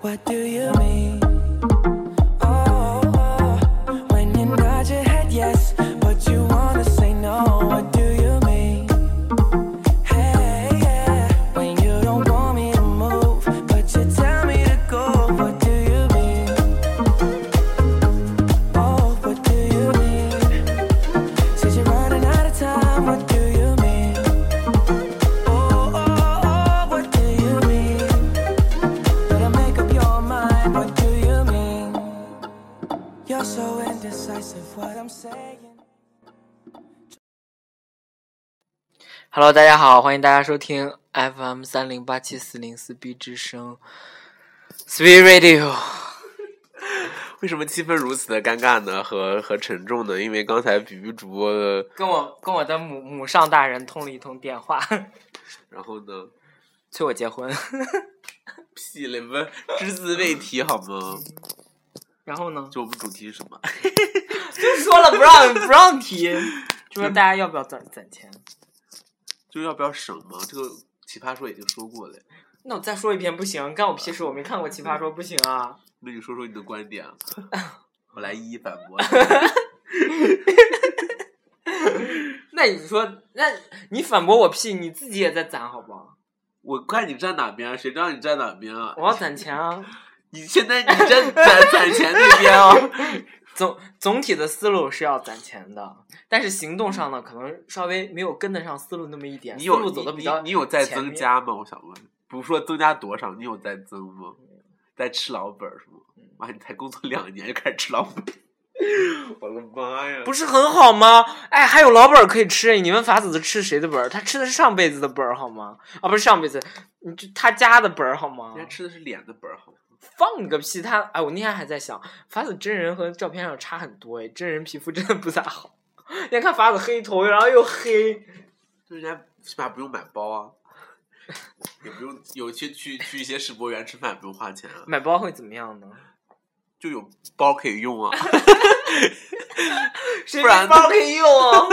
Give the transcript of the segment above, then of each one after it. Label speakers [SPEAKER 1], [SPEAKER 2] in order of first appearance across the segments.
[SPEAKER 1] What do you mean? Oh, oh, oh. when you nod your head yes, but you wanna say no. What do you mean? Hey, yeah. When you don't want me to move, but you tell me to go. What do you mean? Oh, what do you mean? Said you're running out of time. What do you mean? Oh, oh, oh, what do you mean? Better make up your mind. What do you mean? You're so indecisive. What I'm saying.
[SPEAKER 2] Hello，大家好，欢迎大家收听 FM 三零八七四零四 B 之声 Speed Radio。
[SPEAKER 3] 为什么气氛如此的尴尬呢？和和沉重呢？因为刚才比比主播的，
[SPEAKER 2] 跟我跟我的母母上大人通了一通电话，
[SPEAKER 3] 然后呢，
[SPEAKER 2] 催我结婚。
[SPEAKER 3] 屁嘞，问只字未提好吗？
[SPEAKER 2] 然后呢，
[SPEAKER 3] 就我们主题是什么？
[SPEAKER 2] 就说了不让不让 提，就说大家要不要攒攒钱。
[SPEAKER 3] 就要不要省吗？这个奇葩说已经说过了，
[SPEAKER 2] 那我再说一遍不行，干我屁事！我没看过《奇葩说》，不行啊！
[SPEAKER 3] 那你说说你的观点，啊我来一一反驳。
[SPEAKER 2] 那你说，那你反驳我屁？你自己也在攒好不好？
[SPEAKER 3] 我看你站哪边，啊谁知道你站哪边啊？
[SPEAKER 2] 我要攒钱啊！
[SPEAKER 3] 你现在你站站攒钱那边哦。
[SPEAKER 2] 总总体的思路是要攒钱的，但是行动上呢，可能稍微没有跟得上思路那么一点。
[SPEAKER 3] 你
[SPEAKER 2] 思
[SPEAKER 3] 有
[SPEAKER 2] 路
[SPEAKER 3] 你
[SPEAKER 2] 走的比
[SPEAKER 3] 你
[SPEAKER 2] 较
[SPEAKER 3] 你有在
[SPEAKER 2] 前
[SPEAKER 3] 增
[SPEAKER 2] 面
[SPEAKER 3] 加吗？我想问，不说增加多少，你有在增吗？
[SPEAKER 2] 嗯
[SPEAKER 3] 在吃老本儿是吗？妈，你才工作两年就开始吃老本 儿，我的妈呀！
[SPEAKER 2] 不
[SPEAKER 3] 是，
[SPEAKER 2] 是很好吗？哎，还有老本儿可以吃。你问法子吃谁的本儿？他吃的是上辈子的本儿好吗？啊，不是上辈子，你就他家的本儿好吗
[SPEAKER 3] 人？家吃的是脸的本儿，好吗？
[SPEAKER 2] 放你个屁！他哎，我那天还在想，法子真人和照片上差很多哎，真人皮肤真的不咋好。 你看法子黑头，然后又黑，
[SPEAKER 3] 就人家起码不用买 包啊，也不用有些去去一些世博园吃饭也不用花钱啊，
[SPEAKER 2] 买包会怎么样呢？
[SPEAKER 3] 就有包可 以用啊。
[SPEAKER 2] 谁
[SPEAKER 3] 不然
[SPEAKER 2] 没包可以用啊？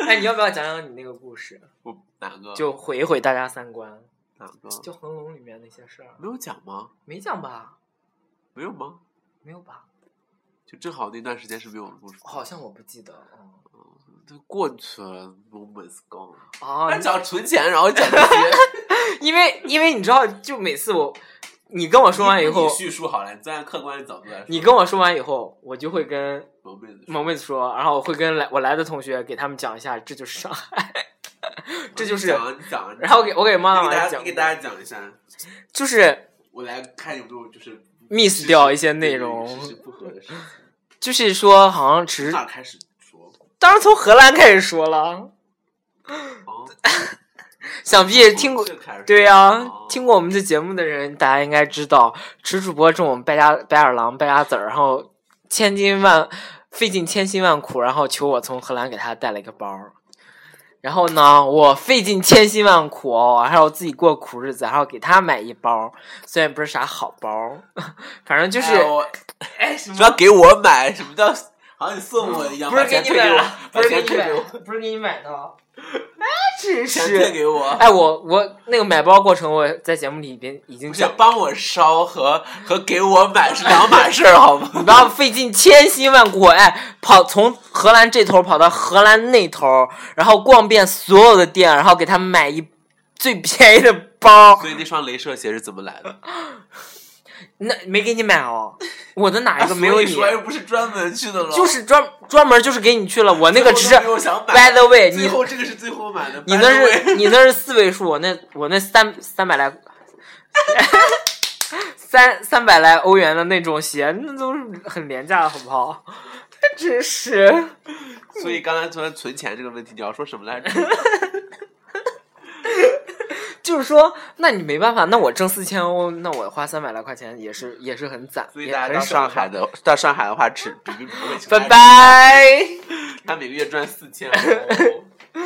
[SPEAKER 2] 哎，你要不要讲讲你那个故事？
[SPEAKER 3] 我哪个？
[SPEAKER 2] 就毁一毁大家三观，
[SPEAKER 3] 哪个？
[SPEAKER 2] 就《恒隆》里面那些事儿，
[SPEAKER 3] 没有讲吗？
[SPEAKER 2] 没讲吧？
[SPEAKER 3] 没有吗？
[SPEAKER 2] 没有吧？
[SPEAKER 3] 就正好那段时间是没有故事，
[SPEAKER 2] 好像我不记得。嗯
[SPEAKER 3] 都过去了，moments gone。
[SPEAKER 2] 啊，
[SPEAKER 3] 那讲存钱，然后讲这些。
[SPEAKER 2] 因为因为你知道，就每次我你跟我说完以后
[SPEAKER 3] 你，叙述好了，你站在客观的角度来说，
[SPEAKER 2] 你跟我说完以后，我就会跟
[SPEAKER 3] 萌妹子说，
[SPEAKER 2] 萌妹子说，然后我会跟来我来的同学给他们讲一下，这就是上海，这就是
[SPEAKER 3] 你。讲啊你讲啊，你
[SPEAKER 2] 然后我给我给妈
[SPEAKER 3] 讲
[SPEAKER 2] 妈
[SPEAKER 3] 你给大家
[SPEAKER 2] 讲
[SPEAKER 3] 你，给大家讲一下，
[SPEAKER 2] 就是
[SPEAKER 3] 我来看有没有就是
[SPEAKER 2] miss 掉一些内容，
[SPEAKER 3] 事实不合的事情，
[SPEAKER 2] 就是说好像只
[SPEAKER 3] 从
[SPEAKER 2] 是
[SPEAKER 3] 哪儿开始说？
[SPEAKER 2] 当然从荷兰开始说了，啊
[SPEAKER 3] 哦，
[SPEAKER 2] 想必哎听过
[SPEAKER 3] 从这开始
[SPEAKER 2] 对呀、
[SPEAKER 3] 哦
[SPEAKER 2] 听过我们这节目的人，大家应该知道，池主播这种败家白眼狼、败家子儿，然后千金万费尽千辛万苦，然后求我从荷兰给他带了一个包儿。然后呢，我费尽千辛万苦哦，还要自己过苦日子，还要给他买一包儿，虽然不是啥好包儿， 反正就是
[SPEAKER 3] 哎我
[SPEAKER 2] 哎什
[SPEAKER 3] 不要给我买，什么叫好像你送我一样，
[SPEAKER 2] 不是给你买的，不
[SPEAKER 3] 把
[SPEAKER 2] 是
[SPEAKER 3] 钱
[SPEAKER 2] 给你
[SPEAKER 3] 退给
[SPEAKER 2] 买
[SPEAKER 3] 我，
[SPEAKER 2] 的，不是给你买 的，那真
[SPEAKER 3] 把钱退给我，钱退
[SPEAKER 2] 是。
[SPEAKER 3] 给我。
[SPEAKER 2] 哎，我我那个买包过程，我在节目里边已经
[SPEAKER 3] 不
[SPEAKER 2] 讲
[SPEAKER 3] 是帮我烧和和给我买是两码事儿，好吗？
[SPEAKER 2] 你不要费尽千辛万苦，哎，跑从荷兰这头跑到荷兰那头，然后逛遍所有的店，然后给他们买一最便宜的包。
[SPEAKER 3] 所以那双镭射鞋是怎么来的？
[SPEAKER 2] 那没给你买哦，我的哪一个没有
[SPEAKER 3] 所以
[SPEAKER 2] 你？
[SPEAKER 3] 说又不是专门去的了，
[SPEAKER 2] 就是专专门就是给你去了，我那个只是
[SPEAKER 3] 最后都没有想买
[SPEAKER 2] by the way，
[SPEAKER 3] 最
[SPEAKER 2] 你
[SPEAKER 3] 后这个是最后买的，
[SPEAKER 2] 你
[SPEAKER 3] by
[SPEAKER 2] 那
[SPEAKER 3] the way
[SPEAKER 2] 是你那是四位数，我那我那三三百来，三三百来欧元的那种鞋，那都是很廉价的，好不好？真是。
[SPEAKER 3] 所以刚才说存钱这个问题，你要说什么来着？
[SPEAKER 2] 就是说，那你没办法，那我挣四千欧，那我花三百来块钱也是也是很攒，
[SPEAKER 3] 所以
[SPEAKER 2] 也
[SPEAKER 3] 大家到
[SPEAKER 2] 很上
[SPEAKER 3] 上
[SPEAKER 2] 海
[SPEAKER 3] 海
[SPEAKER 2] 的。
[SPEAKER 3] 的，到上海的话，吃比比不会请他
[SPEAKER 2] 拜拜。
[SPEAKER 3] 吃他每个月赚四千欧，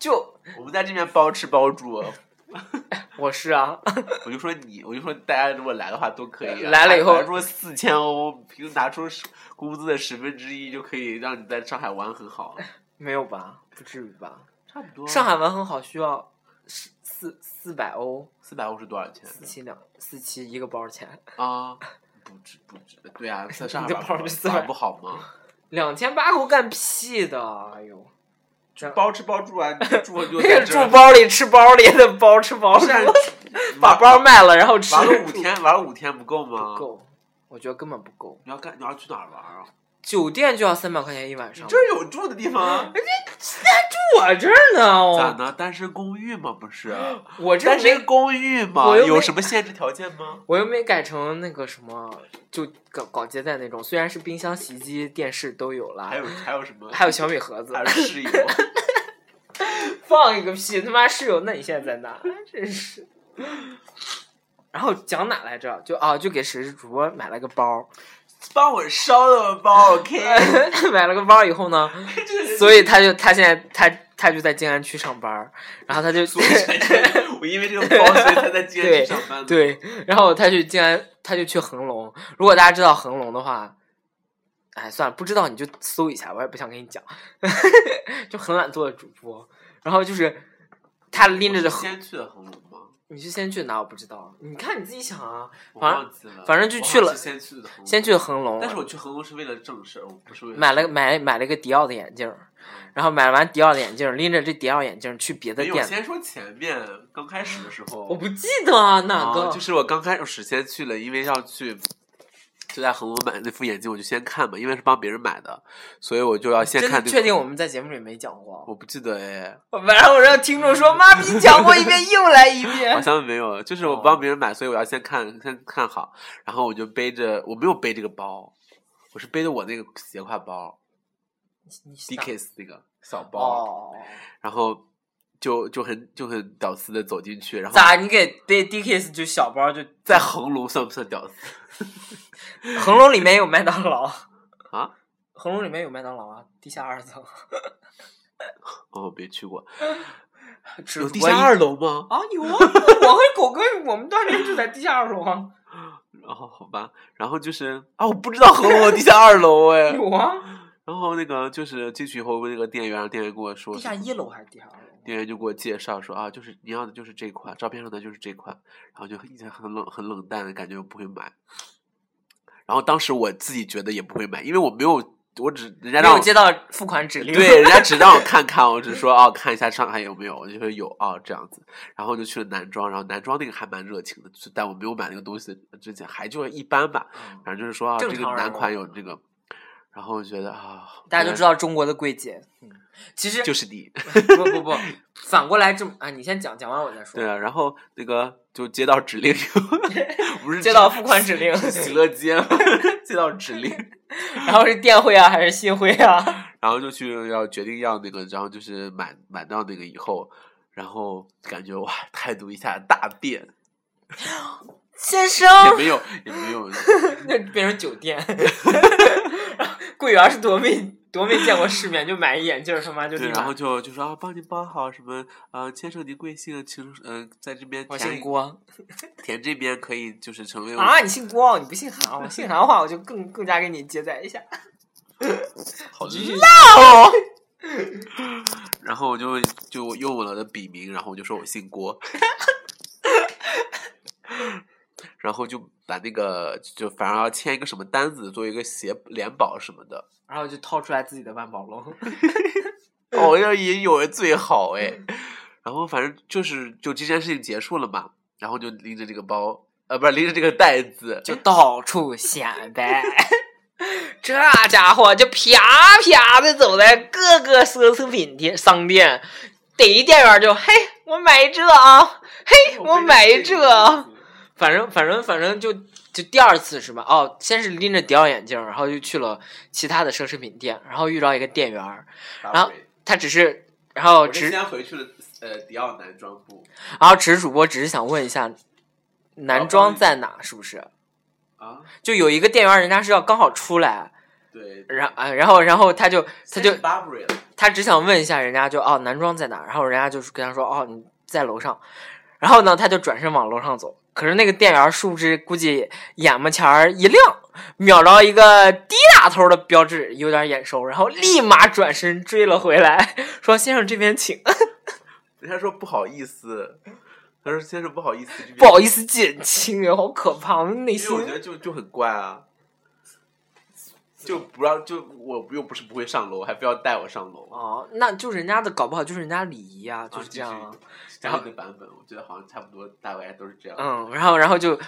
[SPEAKER 2] 就
[SPEAKER 3] 我们在这边包吃包住。
[SPEAKER 2] 我是啊，
[SPEAKER 3] 我就说你，我就说大家如果来的话都可以、啊
[SPEAKER 2] 来了以后
[SPEAKER 3] 还说四千欧，凭拿出十工资的十分之一就可以让你在上海玩很好，
[SPEAKER 2] 没有吧？不至于吧？
[SPEAKER 3] 差不多
[SPEAKER 2] 上海玩很好，需要四四四百欧，
[SPEAKER 3] 四百欧是多少钱？
[SPEAKER 2] 四七两四七一个包钱，
[SPEAKER 3] 啊，不止不止，对呀、在上海
[SPEAKER 2] 你
[SPEAKER 3] 玩
[SPEAKER 2] 这包
[SPEAKER 3] 不
[SPEAKER 2] 是
[SPEAKER 3] 玩
[SPEAKER 2] 400
[SPEAKER 3] 不好吗？
[SPEAKER 2] 两千八够干屁的，哎呦，这
[SPEAKER 3] 包吃包住啊，你就住就
[SPEAKER 2] 那
[SPEAKER 3] 在
[SPEAKER 2] 个
[SPEAKER 3] 这
[SPEAKER 2] 住
[SPEAKER 3] 儿，
[SPEAKER 2] 包里吃包里的包吃包里
[SPEAKER 3] 是，啊
[SPEAKER 2] 把包卖了然后吃
[SPEAKER 3] 玩了五天，玩了五天不够吗？
[SPEAKER 2] 不。够，我觉得根本不够，
[SPEAKER 3] 你要干，你要去哪儿玩啊？
[SPEAKER 2] 酒店就要三百块钱一晚
[SPEAKER 3] 你
[SPEAKER 2] 上，
[SPEAKER 3] 这儿有住的地方啊？
[SPEAKER 2] 我这儿呢，
[SPEAKER 3] 咋
[SPEAKER 2] 我
[SPEAKER 3] 呢？单身公寓吗？不是，
[SPEAKER 2] 我这
[SPEAKER 3] 单
[SPEAKER 2] 儿
[SPEAKER 3] 身
[SPEAKER 2] 没
[SPEAKER 3] 公寓吗？
[SPEAKER 2] 我又没
[SPEAKER 3] 有什么限制条件吗？
[SPEAKER 2] 我又没改成那个什么，就搞搞接待那种，虽然是冰箱、洗衣机、电视都有了，
[SPEAKER 3] 还有还有什么？
[SPEAKER 2] 还有小米盒子
[SPEAKER 3] 还，有室友？
[SPEAKER 2] 放一个屁！他妈室友，那你现在在哪？真是。然后讲哪来着？就啊，就给谁是主播买了个包，
[SPEAKER 3] 帮我烧了包，OK？
[SPEAKER 2] 买了个包以后呢，所以他就他现在他他就在静安区上班儿，然后他就
[SPEAKER 3] 所以我因为这个包，所以才在今天去上班。，
[SPEAKER 2] 对，然后他去静安，他就去恒隆。如果大家知道恒隆的话，哎，算了，不知道你就搜一下，我也不想跟你讲， 就很懒惰的主播。然后就是他拎着
[SPEAKER 3] 是
[SPEAKER 2] 的恒，
[SPEAKER 3] 先去的恒隆吗？
[SPEAKER 2] 你是先去哪？我不知道，你看你自己想啊。
[SPEAKER 3] 我
[SPEAKER 2] 反正
[SPEAKER 3] 忘记了，
[SPEAKER 2] 反正就
[SPEAKER 3] 我好
[SPEAKER 2] 去了
[SPEAKER 3] 是先去的恒隆，
[SPEAKER 2] 先去恒隆，
[SPEAKER 3] 但是我去恒隆是为了正事儿，我不是为了
[SPEAKER 2] 买了买买了一个迪奥的眼镜儿，
[SPEAKER 3] 嗯
[SPEAKER 2] 然后买完迪奥的眼镜儿，拎着这迪奥眼镜儿去别的
[SPEAKER 3] 没有。
[SPEAKER 2] 店。
[SPEAKER 3] 先说前面刚开始的时候，
[SPEAKER 2] 我不记得啊，哪个？
[SPEAKER 3] 啊，就是我刚开始先去了，因为要去。就在恒隆买那副眼镜，我就先看嘛，因为是帮别人买的，所以我就要先
[SPEAKER 2] 真
[SPEAKER 3] 看、
[SPEAKER 2] 的
[SPEAKER 3] 那个。
[SPEAKER 2] 确定我们在节目里没讲过？
[SPEAKER 3] 我不记得哎，
[SPEAKER 2] 晚上我让听众 说：“妈逼，讲过一遍，又来一遍。”
[SPEAKER 3] 好像没有，就是
[SPEAKER 2] 哦
[SPEAKER 3] 我帮别人买，所以我要先看先看好，然后我就背着，我没有背这个包，我是背着我那个斜挎包
[SPEAKER 2] 你是哪
[SPEAKER 3] DKS 那个小包，
[SPEAKER 2] 哦，
[SPEAKER 3] 然后就就很就很屌丝的走进去，然 后
[SPEAKER 2] 咋？你给 D D K S 就小包就
[SPEAKER 3] 在恒隆算不算屌丝
[SPEAKER 2] 恒隆里面有麦当劳，
[SPEAKER 3] 啊？
[SPEAKER 2] 恒隆里面有麦当劳啊，地下二层。
[SPEAKER 3] 哦，我没去过，
[SPEAKER 2] 只
[SPEAKER 3] 有
[SPEAKER 2] 不
[SPEAKER 3] 地
[SPEAKER 2] 过一
[SPEAKER 3] 下二楼吗？
[SPEAKER 2] 啊？有啊！我和狗哥我们锻炼就在地下二楼啊，
[SPEAKER 3] 然后好吧，然后就是啊，我不知道恒隆有地下二楼 哎。
[SPEAKER 2] 有啊，
[SPEAKER 3] 然后那个就是进去以后问那个店员，让店员跟我 说
[SPEAKER 2] 地
[SPEAKER 3] 什么
[SPEAKER 2] 下一楼还是地下二楼？
[SPEAKER 3] 店员就给我介绍说啊，就是你要的就是这款，照片上的就是这款，然后就一直很冷很冷淡的感觉，我不会买。然后当时我自己觉得也不会买，因为我没有，我只人家
[SPEAKER 2] 没
[SPEAKER 3] 让
[SPEAKER 2] 有
[SPEAKER 3] 我
[SPEAKER 2] 接到付款指令。
[SPEAKER 3] 对，人 家只让我看看，我只说哦，看一下上海有没有，我就说有哦这样子，然后就去了男装，然后男装那个还蛮热情的，就但我没有买那个东西之前还就是一般吧，反正就是说啊，这
[SPEAKER 2] 正
[SPEAKER 3] 个
[SPEAKER 2] 常人
[SPEAKER 3] 男
[SPEAKER 2] 嘛
[SPEAKER 3] 款有这个，然后我觉得啊，
[SPEAKER 2] 大家都知
[SPEAKER 3] 道
[SPEAKER 2] 道中国的柜姐，嗯其实
[SPEAKER 3] 就是你，
[SPEAKER 2] 不不 不，反过来这么啊，你先讲，讲完我再说。
[SPEAKER 3] 对啊，然后那个就接到指令以 后，不是
[SPEAKER 2] 接到付款指令，
[SPEAKER 3] 喜乐街吗接到指令，
[SPEAKER 2] 然后是电汇啊还是新汇啊？
[SPEAKER 3] 然后就去要决定要那个，然后就是买买到那个以后，然后感觉哇，态度一下大变，
[SPEAKER 2] 先 生，
[SPEAKER 3] 也没有也 没有
[SPEAKER 2] 那变成酒店， 柜员是多没多没见过世面，就买一眼镜儿，他妈就立
[SPEAKER 3] 对，
[SPEAKER 2] 马
[SPEAKER 3] 然后就就说啊，帮你包好什么呃，签上您贵姓，请嗯、在这边
[SPEAKER 2] 我
[SPEAKER 3] 填
[SPEAKER 2] 姓
[SPEAKER 3] 一
[SPEAKER 2] 郭
[SPEAKER 3] 填这边可以就是成为我
[SPEAKER 2] 啊，你姓郭，你不姓韩，我姓韩的话，我就更更加给你接载一下。
[SPEAKER 3] 好
[SPEAKER 2] 继续
[SPEAKER 3] 闹。然后我就就用我的笔名，然后我就说我姓郭， 然后就把那个就反正要签一个什么单子，做一个写联保什么的。
[SPEAKER 2] 然后就掏出来自己的万宝龙，
[SPEAKER 3] 哦，要也有人最好哎。
[SPEAKER 2] 嗯
[SPEAKER 3] 然后反正就是就这件事情结束了嘛，然后就拎着这个包，呃，不是拎着这个袋子，
[SPEAKER 2] 就到处显摆。 这家伙就啪啪的走在各个奢侈品店商店，逮一店员就嘿，我买一这啊，嘿， 我买一这啊。反正反正反正就就第二次是吧？哦，先是拎着迪奥眼镜，然后就去了其他的奢侈品店，然后遇到一个店员儿，然后他只是，然后
[SPEAKER 3] 我是
[SPEAKER 2] 只
[SPEAKER 3] 先回去了呃迪奥男装部
[SPEAKER 2] 然后只是主播只是想问一下，男装在哪？是不是？
[SPEAKER 3] 啊，
[SPEAKER 2] 就有一个店员儿，人家是要刚好出来，
[SPEAKER 3] 对，
[SPEAKER 2] 然啊，然后然后他就他就
[SPEAKER 3] Burberry 了。
[SPEAKER 2] 他只想问一下人家就哦男装在哪儿，然后人家就是跟他说哦你在楼上，然后呢他就转身往楼上走，可是那个店员儿殊不知估计眼巴前儿一亮，秒着一个低打头的标志，有点眼熟，然后立马转身追了回来，说先生这边请，
[SPEAKER 3] 人家说不好意思，他说先生不好意思，这边
[SPEAKER 2] 不好意思减轻，好可怕，我内
[SPEAKER 3] 因为我觉
[SPEAKER 2] 心
[SPEAKER 3] 得就就很怪啊，就不让就我又不是不会上楼，还非要带我上楼。
[SPEAKER 2] 哦，那就人家的搞不好就是人家礼仪啊，就是这样啊。
[SPEAKER 3] 然后的版本，我觉得好像差不多，大概都是这样。
[SPEAKER 2] 嗯，然后然后就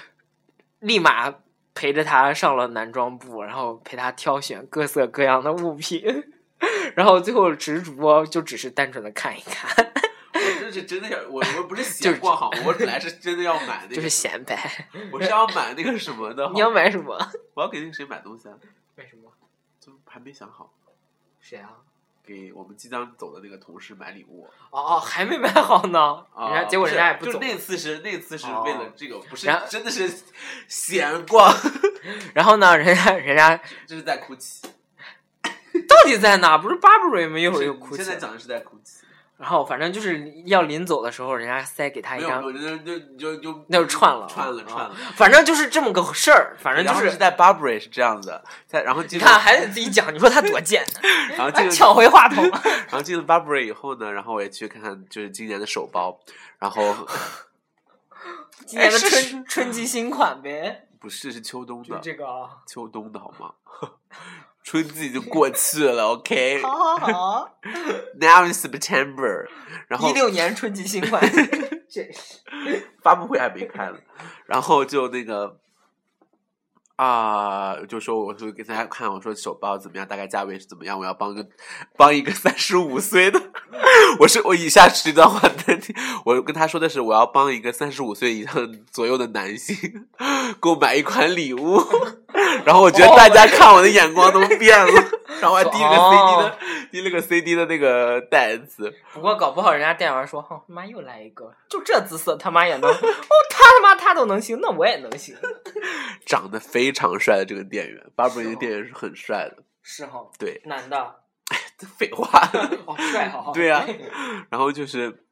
[SPEAKER 2] 立马陪着他上了男装部，然后陪他挑选各色各样的物品， 然后最后只是主播就只是单纯的看一看，
[SPEAKER 3] 我这是真的要，我我不是
[SPEAKER 2] 就
[SPEAKER 3] 闲
[SPEAKER 2] 是
[SPEAKER 3] 逛好吗，我本来是真的要买那个，
[SPEAKER 2] 就是闲 呗。
[SPEAKER 3] 我是要买那个什么的。
[SPEAKER 2] 你要，买什么？
[SPEAKER 3] 我要给那个谁买东西啊？
[SPEAKER 2] 买什么？
[SPEAKER 3] 就还没想好，
[SPEAKER 2] 谁啊？
[SPEAKER 3] 给我们即将走的那个同事买礼物。
[SPEAKER 2] 哦哦，还没买好呢，
[SPEAKER 3] 啊，
[SPEAKER 2] 人家结果人家也不
[SPEAKER 3] 是
[SPEAKER 2] 走
[SPEAKER 3] 就。那次是那次是
[SPEAKER 2] 哦
[SPEAKER 3] 为了这个，不是
[SPEAKER 2] 然后
[SPEAKER 3] 真的是闲逛，
[SPEAKER 2] 然后呢，人家人家
[SPEAKER 3] 这是在哭泣。
[SPEAKER 2] 到底在哪？不是 Burberry 吗？一会儿又哭
[SPEAKER 3] 现
[SPEAKER 2] 泣
[SPEAKER 3] 在
[SPEAKER 2] 了。
[SPEAKER 3] 讲的是在哭泣，
[SPEAKER 2] 然后反正就是要临走的时候，人家塞给他
[SPEAKER 3] 没
[SPEAKER 2] 一
[SPEAKER 3] 有，
[SPEAKER 2] 张，
[SPEAKER 3] 我觉得就就就
[SPEAKER 2] 哎那就串了，
[SPEAKER 3] 串了
[SPEAKER 2] 啊
[SPEAKER 3] 串了。
[SPEAKER 2] 反正就是这么个事儿，反正
[SPEAKER 3] 然
[SPEAKER 2] 就
[SPEAKER 3] 后
[SPEAKER 2] 是
[SPEAKER 3] 是在 Burberry 是这样子，在然后
[SPEAKER 2] 你
[SPEAKER 3] 进
[SPEAKER 2] 看，
[SPEAKER 3] 了，
[SPEAKER 2] 还得自己讲，你说他多贱，
[SPEAKER 3] 然 后进
[SPEAKER 2] 还
[SPEAKER 3] 了
[SPEAKER 2] 抢回话筒。
[SPEAKER 3] 然后进了 Burberry 以后呢，然后我也去看看就是今年的手包，然后
[SPEAKER 2] 今年的
[SPEAKER 3] 是
[SPEAKER 2] 春春季新款呗，
[SPEAKER 3] 不是是秋冬
[SPEAKER 2] 就
[SPEAKER 3] 的，
[SPEAKER 2] 这个啊。
[SPEAKER 3] 秋冬的好吗？ 春季已经过去了，OK，Now
[SPEAKER 2] 好好好，
[SPEAKER 3] is September，然后
[SPEAKER 2] 一六年春季新款， 这
[SPEAKER 3] 发布会还没开呢， 然后就那个啊、就说我说给大家看，我说手包怎么样，大概价位是怎么样，我要帮个 帮一个三十五岁的， 我是我以下是一段话难听，我跟他说的是我要帮一个三十五岁以上左右的男性 购买一款礼物， 然后我觉得大家看我的眼光都 变了，然后我还提了个 CD 的
[SPEAKER 2] 哦
[SPEAKER 3] 提了个 CD 的那个袋子，
[SPEAKER 2] 不过搞不好人家店员说，哼、妈又来一个，就这姿色，他妈也 能，哦，他他妈他都能行，那我也能行，
[SPEAKER 3] 长得非常帅的这个店员，巴布
[SPEAKER 2] 是
[SPEAKER 3] 瑞的
[SPEAKER 2] 吗
[SPEAKER 3] 店员是哦很帅的。
[SPEAKER 2] 是哈，
[SPEAKER 3] 对，
[SPEAKER 2] 男的，
[SPEAKER 3] 废话。
[SPEAKER 2] 好哦帅，好好，
[SPEAKER 3] 对呀 然后就是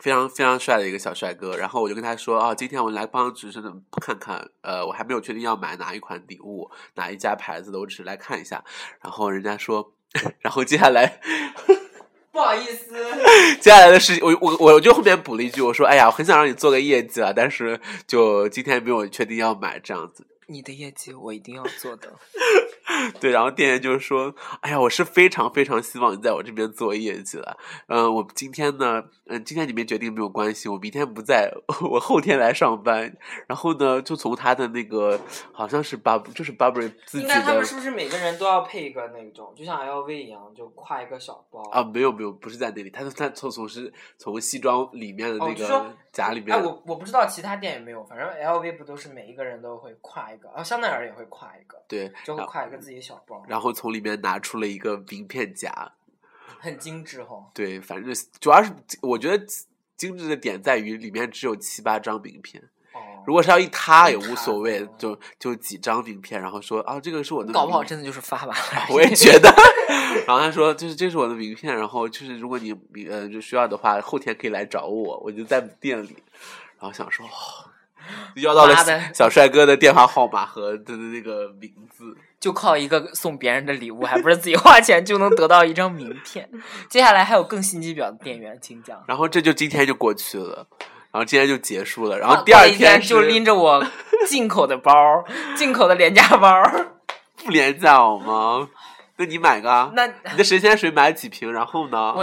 [SPEAKER 3] 非常非常帅的一个小帅哥，然后我就跟他说啊，今天我来帮主持人看看，呃，我还没有确定要买哪一款礼物，哪一家牌子的，我只是来看一下。然后人家说， 然后接下来
[SPEAKER 2] 不好意思，
[SPEAKER 3] 接下来的事情，我我我就后面补了一句，我说，哎呀，我很想让你做个业绩啊，但是就今天没有确定要买这样子。
[SPEAKER 2] 你的业绩我一定要做的，
[SPEAKER 3] 对，然后店员就是说：“哎呀，我是非常非常希望你在我这边做业绩了。嗯，我今天呢，嗯，今天你没决定没有关系，我明天不在， 我后天来上班。然后呢，就从他的那个好像是 Bub，就是 Burberry 自己
[SPEAKER 2] 应该他
[SPEAKER 3] 的
[SPEAKER 2] 们是不是每个人都要配一个那种，就像 LV 一样，就挎一个小包
[SPEAKER 3] 啊，没有没有，不是在那里，他是他从从是从西装里面的
[SPEAKER 2] 哦
[SPEAKER 3] 那
[SPEAKER 2] 就说
[SPEAKER 3] 个夹里面，
[SPEAKER 2] 哎，我我不知道其他店有没有，反正 LV 不都是每一个人都会挎一个，啊，香奈儿也会挎一个，
[SPEAKER 3] 对，
[SPEAKER 2] 就会
[SPEAKER 3] 然后
[SPEAKER 2] 挎一个自己小包，
[SPEAKER 3] 然后从里面拿出了一个名片夹，
[SPEAKER 2] 很精致哈。
[SPEAKER 3] 对，反正主要是我觉得精致的点在于里面只有七八张名片。”
[SPEAKER 2] 哦，
[SPEAKER 3] 如果是要一塌也
[SPEAKER 2] 一
[SPEAKER 3] 无
[SPEAKER 2] 塌
[SPEAKER 3] 所谓
[SPEAKER 2] 嗯，
[SPEAKER 3] 就就几张名片，然后说啊，这个是我的名，
[SPEAKER 2] 搞不好真的就是发吧。
[SPEAKER 3] 我也觉得。然后他说，就是这是我的名片，然后就是如果你呃就需要的话，后天可以来找我，我就在店里。然后想说，哦、要到了
[SPEAKER 2] 妈的
[SPEAKER 3] 小帅哥的电话号码和他的那个名字，
[SPEAKER 2] 就靠一个送别人的礼物，还不是自己花钱就能得到一张名片。接下来还有更心机婊的店员，请讲。
[SPEAKER 3] 然后这就今天就过去了，然后今天就结束了，然
[SPEAKER 2] 啊
[SPEAKER 3] 后第二
[SPEAKER 2] 过一天
[SPEAKER 3] 是
[SPEAKER 2] 就拎着我进口的包，进口的廉价包。
[SPEAKER 3] 不廉价好 吗？那你买个啊，
[SPEAKER 2] 那
[SPEAKER 3] 你的神仙水买了几瓶？然后呢？
[SPEAKER 2] 我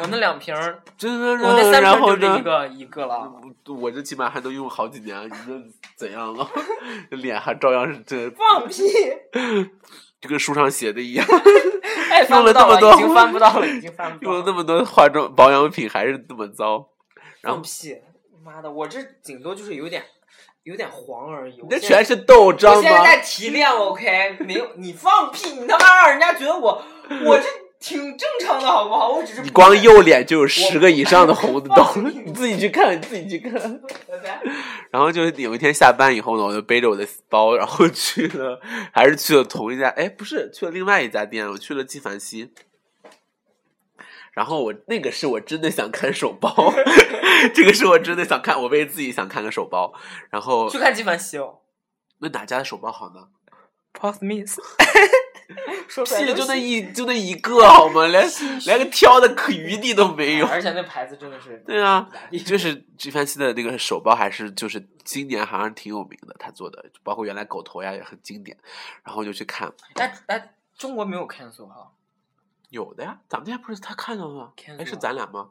[SPEAKER 2] 我那两瓶儿，我那三瓶
[SPEAKER 3] 嗯然
[SPEAKER 2] 儿
[SPEAKER 3] 后
[SPEAKER 2] 就
[SPEAKER 3] 呢
[SPEAKER 2] 这一？个一个了。
[SPEAKER 3] 我我这起码还能用好几年，你这怎样了？ 脸还照样是这，
[SPEAKER 2] 放屁！
[SPEAKER 3] 就跟书上写的一样，
[SPEAKER 2] 哎，翻不
[SPEAKER 3] 用了
[SPEAKER 2] 到
[SPEAKER 3] 那么多
[SPEAKER 2] 已经翻不到了，已经翻不到
[SPEAKER 3] 用
[SPEAKER 2] 了。
[SPEAKER 3] 了那么多化妆保养品还是那么糟。然
[SPEAKER 2] 放
[SPEAKER 3] 后
[SPEAKER 2] 屁！妈的，我这顶多就是有点有点黄而已。
[SPEAKER 3] 你
[SPEAKER 2] 我
[SPEAKER 3] 这
[SPEAKER 2] 现在
[SPEAKER 3] 全是豆
[SPEAKER 2] 我
[SPEAKER 3] 章
[SPEAKER 2] 现在
[SPEAKER 3] 吗？
[SPEAKER 2] 在提炼，OK？没有你放屁！你他妈让人家觉得我我这挺正常的好不好？我只是
[SPEAKER 3] 你光右脸就有十个以上的红的痘
[SPEAKER 2] 我，
[SPEAKER 3] 你自己去看，你自己去看。
[SPEAKER 2] 拜拜。
[SPEAKER 3] 然后就是有一天下班以后呢，我就背着我的包，然后去了，还是去了同一家，哎，不是，去了另外一家店，我去了纪梵希。然后我那个是我真的想看手包， 这个是我真的想看，我为自己想看个手包。然后
[SPEAKER 2] 去看纪梵希哦
[SPEAKER 3] 那哪家的手包好呢？
[SPEAKER 2] ，Paul Smith。 说出来
[SPEAKER 3] 屁
[SPEAKER 2] 都
[SPEAKER 3] 就是那一就那一个好吗？连连个挑的可余地都没有。
[SPEAKER 2] 哎而且那牌子真的是
[SPEAKER 3] 对啊， 就是纪梵希的那个手包，还是就是今年好像挺有名的，他做的，包括原来狗头呀也很经典。然后就去看，
[SPEAKER 2] 哎哎，中国没有 cancel 哈，
[SPEAKER 3] 有的呀，咱们那天不是他看到了吗？哎，是
[SPEAKER 2] Cancel
[SPEAKER 3] 咱俩吗？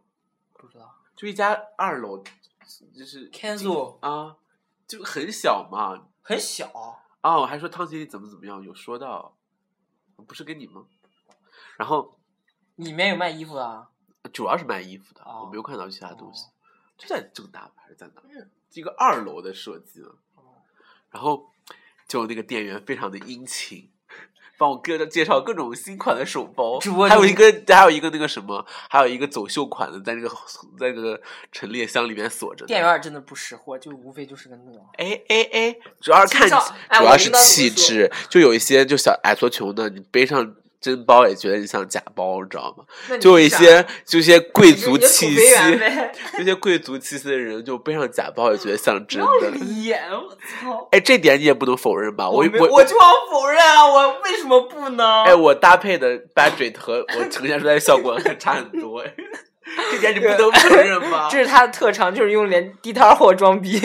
[SPEAKER 2] 不知道
[SPEAKER 3] 就一家二楼，就是今
[SPEAKER 2] cancel
[SPEAKER 3] 啊，就很小嘛。
[SPEAKER 2] 很小，
[SPEAKER 3] 啊、我还说汤经理怎么怎么样，有说到，不是跟你吗？然后
[SPEAKER 2] 里面有卖衣服的啊，
[SPEAKER 3] 主要是卖衣服的，我
[SPEAKER 2] 哦
[SPEAKER 3] 没有看到其他东西
[SPEAKER 2] 哦。
[SPEAKER 3] 就在正大吧，还是在哪
[SPEAKER 2] 嗯？
[SPEAKER 3] 一个二楼的设计呢
[SPEAKER 2] 哦。
[SPEAKER 3] 然后就那个店员非常的殷勤，帮我各种介绍各种新款的手包
[SPEAKER 2] 主播，
[SPEAKER 3] 还有
[SPEAKER 2] 你
[SPEAKER 3] 一个还有一个那个什么，还有一个走秀款的，在那个在那个陈列箱里面锁着呢。
[SPEAKER 2] 店员儿真的不识货，就无非就是个诺。
[SPEAKER 3] 哎哎哎，主要是看
[SPEAKER 2] 气
[SPEAKER 3] 气，
[SPEAKER 2] 质哎
[SPEAKER 3] 主
[SPEAKER 2] 我知
[SPEAKER 3] 要是
[SPEAKER 2] 道怎么
[SPEAKER 3] 气
[SPEAKER 2] 说
[SPEAKER 3] 质。就有一些就小矮矬穷的，你背上真包也觉得你像假包，你知道吗？
[SPEAKER 2] 那你
[SPEAKER 3] 就有一
[SPEAKER 2] 啥
[SPEAKER 3] 些就一些贵
[SPEAKER 2] 你是
[SPEAKER 3] 族
[SPEAKER 2] 你是
[SPEAKER 3] 气
[SPEAKER 2] 土
[SPEAKER 3] 息
[SPEAKER 2] 肥 圆 呗，
[SPEAKER 3] 有些贵族气息的人就背上假包也觉得像真的。
[SPEAKER 2] 脸，我操！
[SPEAKER 3] 哎，这点你也不能否认吧？我
[SPEAKER 2] 没
[SPEAKER 3] 我
[SPEAKER 2] 啊我就要否认啊！我为什么不呢？
[SPEAKER 3] 哎，我搭配的 budget 和我呈现出来的效果还差很多，哎 这点你不能否认吧？
[SPEAKER 2] 这是他的特长，就是用连地摊货装 逼，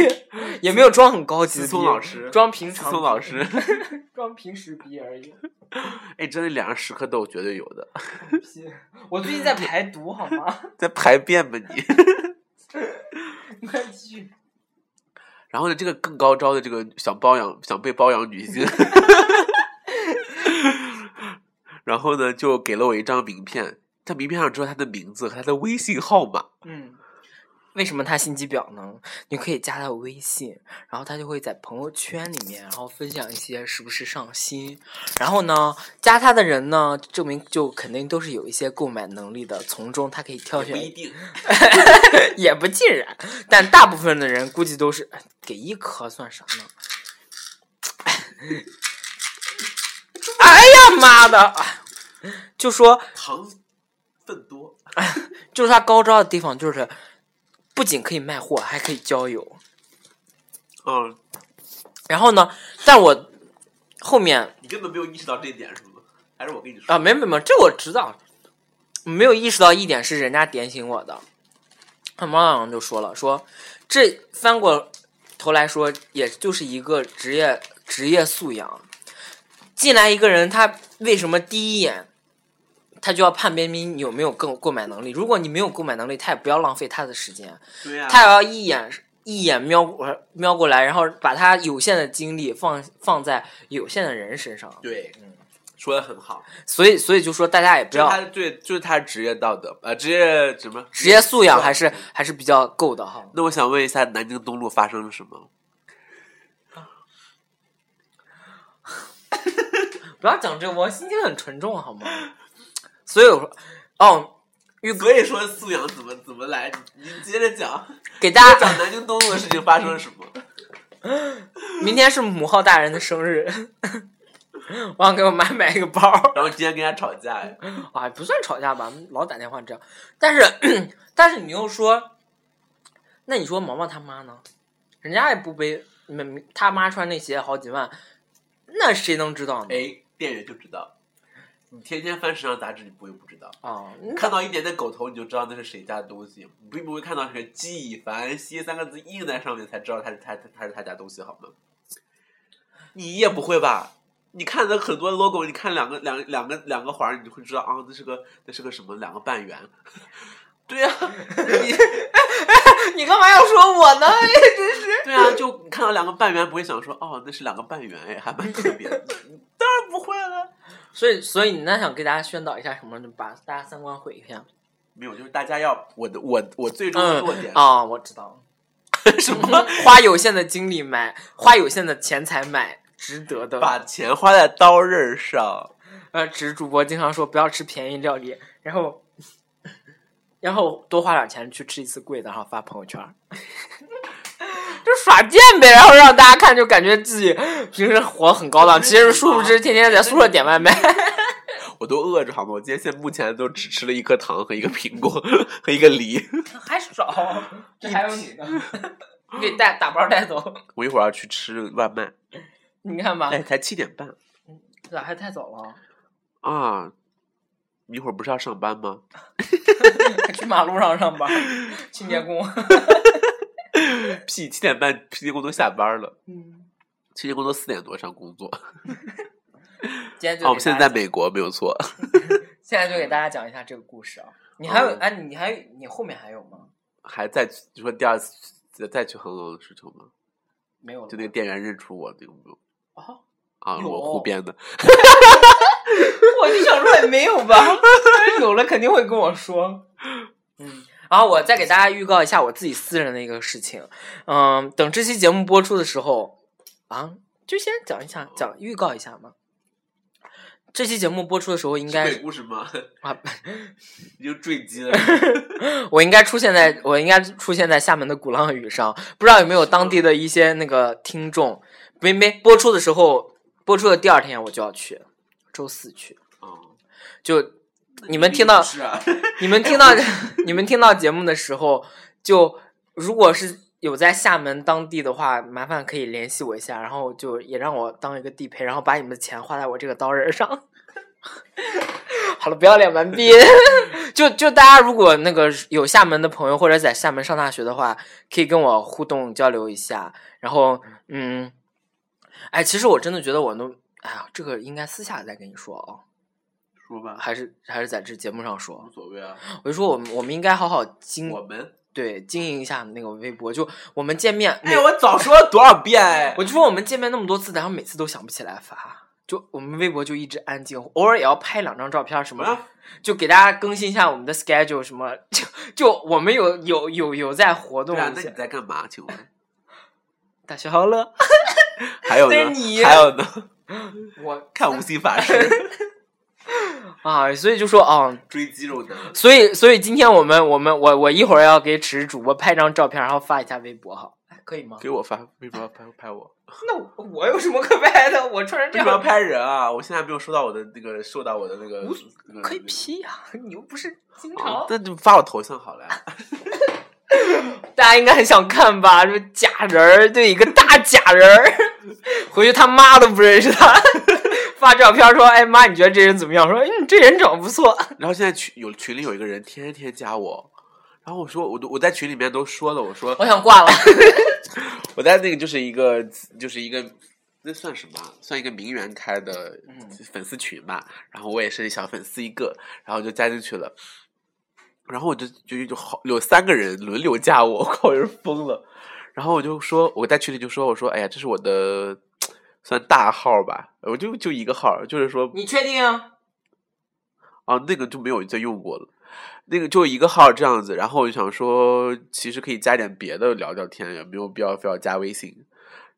[SPEAKER 2] 也没有装很高级的
[SPEAKER 3] 思
[SPEAKER 2] 逼
[SPEAKER 3] 聪老师
[SPEAKER 2] 装平
[SPEAKER 3] 思
[SPEAKER 2] 常逼，
[SPEAKER 3] 聪老师
[SPEAKER 2] 装平时逼而已。
[SPEAKER 3] 哎，真的脸上时刻都有绝对有的，
[SPEAKER 2] 屁我最近在排毒，好吗？
[SPEAKER 3] 在排便吧你。
[SPEAKER 2] 快去！
[SPEAKER 3] 然后呢，这个更高招的这个想包养、想被包养女性， 然后呢，就给了我一张名片。在名片上知道她的名字和她的微信号码，
[SPEAKER 2] 嗯，为什么他心机婊呢？你可以加他微信，然后他就会在朋友圈里面，然后分享一些是不是上新。然后呢，加他的人呢，证明就肯定都是有一些购买能力的，从中他可以挑选，
[SPEAKER 3] 定。
[SPEAKER 2] 也不尽然，但大部分的人估计都是哎给一颗算啥呢？ 哎呀妈的！哎就说
[SPEAKER 3] 糖分多，
[SPEAKER 2] 就是他高招的地方，就是不仅可以卖货，还可以交友。
[SPEAKER 3] 嗯，
[SPEAKER 2] 然后呢，但我后面
[SPEAKER 3] 你根本没有意识到这一点是吗？还是我跟你说
[SPEAKER 2] 啊，没没没，这我知道，没有意识到一点是人家点醒我的。他们老就说了，说这翻过头来说，也就是一个职业职业素养。进来一个人，他为什么第一眼他就要判别你有没有购购买能力？如果你没有购买能力，他也不要浪费他的时间。
[SPEAKER 3] 对呀、
[SPEAKER 2] 他也要一眼一眼瞄过瞄过来，然后把他有限的精力放放在有限的人身上。
[SPEAKER 3] 对，嗯说的很好，
[SPEAKER 2] 所以，所以就说大家也不
[SPEAKER 3] 就是
[SPEAKER 2] 要
[SPEAKER 3] 他对，就是他职业道德，呃，职业什么？
[SPEAKER 2] 职业素养还是还是比较够的哈。
[SPEAKER 3] 那我想问一下，南京东路发生了什么？
[SPEAKER 2] 不要讲这个，我心情很沉重好 吗？所以我说，哦，
[SPEAKER 3] 所以说素养怎么怎么来？你你接着讲，
[SPEAKER 2] 给大家
[SPEAKER 3] 讲南京东路的事情发生了什 么？
[SPEAKER 2] 明天是母后大人的生日， 我想给我妈买一个包。
[SPEAKER 3] 然后今天跟人家吵架呀，
[SPEAKER 2] 啊，不算吵架吧，老打电话这样。但是， 但是你又说，那你说毛毛他妈呢？人家也不背，没他妈穿那鞋好几万，那谁能知道呢？
[SPEAKER 3] 哎，店员就知道，你天天翻时尚杂志，你不会不知道。
[SPEAKER 2] 哦，嗯
[SPEAKER 3] 看到一点点狗头，你就知道那是谁家的东西，你并不会看到什么“纪梵希”三个字印在上面才知道它是他他是他家东西，好吗？你也不会吧？你看的很多 logo，你看两个两两个两个环儿，你就会知道啊，那是个那是个什么两个半圆。对呀、你
[SPEAKER 2] 你干嘛要说我呢？ 真是
[SPEAKER 3] 对啊，就你看到两个半圆，不会想说哦，那是两个半圆，哎，还蛮特别的。当然不会了。
[SPEAKER 2] 所以，所以你那想给大家宣导一下什么呢？把大家三观毁一下。
[SPEAKER 3] 没有，就是大家要我的我我最终
[SPEAKER 2] 嗯
[SPEAKER 3] 的落点、
[SPEAKER 2] 啊、我知道了。
[SPEAKER 3] 什么？
[SPEAKER 2] 花有限的精力买，花有限的钱财买，值得的。
[SPEAKER 3] 把钱花在刀刃上。
[SPEAKER 2] 呃，只是主播经常说不要吃便宜料理，然后， 然后多花点钱去吃一次贵的，然后发朋友圈儿， 就耍贱呗，然后让大家看，就感觉自己平时活很高档，其实殊不知天天在宿舍点外卖。
[SPEAKER 3] 我都饿着好吗？我今天现在目前都只吃了一颗糖和一个苹果 和一个梨。
[SPEAKER 2] 还少，这还有你 呢，给带打包带走。
[SPEAKER 3] 我一会儿要去吃外卖。哎
[SPEAKER 2] 你看吧，
[SPEAKER 3] 哎，才七点半，
[SPEAKER 2] 咋还太早了？
[SPEAKER 3] 啊，你一会儿不是要上班吗？
[SPEAKER 2] 还去马路上上班，清洁工。
[SPEAKER 3] 屁，七点半清洁工都下班了，
[SPEAKER 2] 嗯，
[SPEAKER 3] 清洁工都四点多上工作。啊，
[SPEAKER 2] 今天就、
[SPEAKER 3] 我们哦现在在，美国没有错，
[SPEAKER 2] 现在就给大家讲一下这个故事啊。你还有
[SPEAKER 3] 嗯
[SPEAKER 2] 哎、你还有你后面还有吗？
[SPEAKER 3] 还在就说第二次再再去恒隆的事情吗？
[SPEAKER 2] 没有了吗。
[SPEAKER 3] 就那个店员认出我，那个没有
[SPEAKER 2] 哦，
[SPEAKER 3] 啊，
[SPEAKER 2] 有
[SPEAKER 3] 我胡编的。
[SPEAKER 2] 我就想说也没有吧，但是有了肯定会跟我说。 嗯，然后我再给大家预告一下我自己私人的一个事情。嗯，等这期节目播出的时候，啊，就先讲一下，讲预告一下嘛。这期节目播出的时候，应该
[SPEAKER 3] 是鬼故事吗？
[SPEAKER 2] 啊，
[SPEAKER 3] 你就坠机了。
[SPEAKER 2] 我应该出现在我应该出现在厦门的鼓浪屿上，不知道有没有当地的一些那个听众。没没播出的时候，播出的第二天我就要去，周四去。
[SPEAKER 3] 哦，
[SPEAKER 2] 就你们听到
[SPEAKER 3] 是啊，
[SPEAKER 2] 你们听到 你们听到节目的时候，就如果是有在厦门当地的话，麻烦可以联系我一下，然后就也让我当一个地陪，然后把你们的钱花在我这个刀刃上。 好了，不要脸完毕。 就就大家如果那个有厦门的朋友或者在厦门上大学的话，可以跟我互动交流一下。然后，嗯，哎，其实我真的觉得我能，哎呀，这个应该私下再跟你说哦，
[SPEAKER 3] 说吧，
[SPEAKER 2] 还是还是在这节目上说
[SPEAKER 3] 无。所谓啊。
[SPEAKER 2] 我就说我们我们应该好好经
[SPEAKER 3] 我们，
[SPEAKER 2] 对经营一下那个微博，就我们见面，每
[SPEAKER 3] 哎，我早说了多少遍哎！
[SPEAKER 2] 我就说我们见面那么多次，然后每次都想不起来发，就我们微博就一直安静，偶尔也要拍两张照片什
[SPEAKER 3] 什
[SPEAKER 2] 么
[SPEAKER 3] 么
[SPEAKER 2] 的，
[SPEAKER 3] 呀？
[SPEAKER 2] 就给大家更新一下我们的 schedule 什么， 就就我们有有有有在活动
[SPEAKER 3] 对啊，
[SPEAKER 2] 一
[SPEAKER 3] 那你
[SPEAKER 2] 些，
[SPEAKER 3] 在干嘛？请问？
[SPEAKER 2] 大学好了，
[SPEAKER 3] 还有
[SPEAKER 2] 那
[SPEAKER 3] 呢
[SPEAKER 2] 是你？
[SPEAKER 3] 还有呢？
[SPEAKER 2] 我
[SPEAKER 3] 看无心法 师
[SPEAKER 2] 啊，所以就说啊、
[SPEAKER 3] 追肌肉男，啊
[SPEAKER 2] 所以所以今天我们我们我我一会儿要给纸主播拍张照片，然后发一下微博哈，可以吗？
[SPEAKER 3] 给我发为什么要拍拍我？
[SPEAKER 2] 那我我有什么可拍的？我穿成
[SPEAKER 3] 为什么要拍人啊？我现在没有收到我的那个，收到我的那个
[SPEAKER 2] 无
[SPEAKER 3] 那个
[SPEAKER 2] 可以
[SPEAKER 3] 那个
[SPEAKER 2] P 呀、 你又不是经常。
[SPEAKER 3] 哦那就发我头像好了呀。
[SPEAKER 2] 大家应该很想看吧？这假人儿，对，一个大假人儿， 回去他妈都不认识他。 发照片说：“哎妈，你觉得这人怎么样？”说：“哎，你这人长得不错。
[SPEAKER 3] 然后现在群有群里有一个人天天加我，然后我说我都我在群里面都说了，我”说
[SPEAKER 2] 我想挂了。
[SPEAKER 3] 我在那个就是一个就是一个那算什么啊？算一个名媛开的粉丝群吧。然后我也是小粉丝一个，然后就加进去了。然后我就就就好有三个人轮流加我， 我靠，我人疯了。然后我就说，我在群里就说，我说，哎呀，这是我的算大号吧，我就就一个号，就是说
[SPEAKER 2] 你确定 啊？
[SPEAKER 3] 啊，那个就没有再用过了，那个就一个号这样子。然后我就想说，其实可以加点别的聊聊天，也没有必要非要加微信。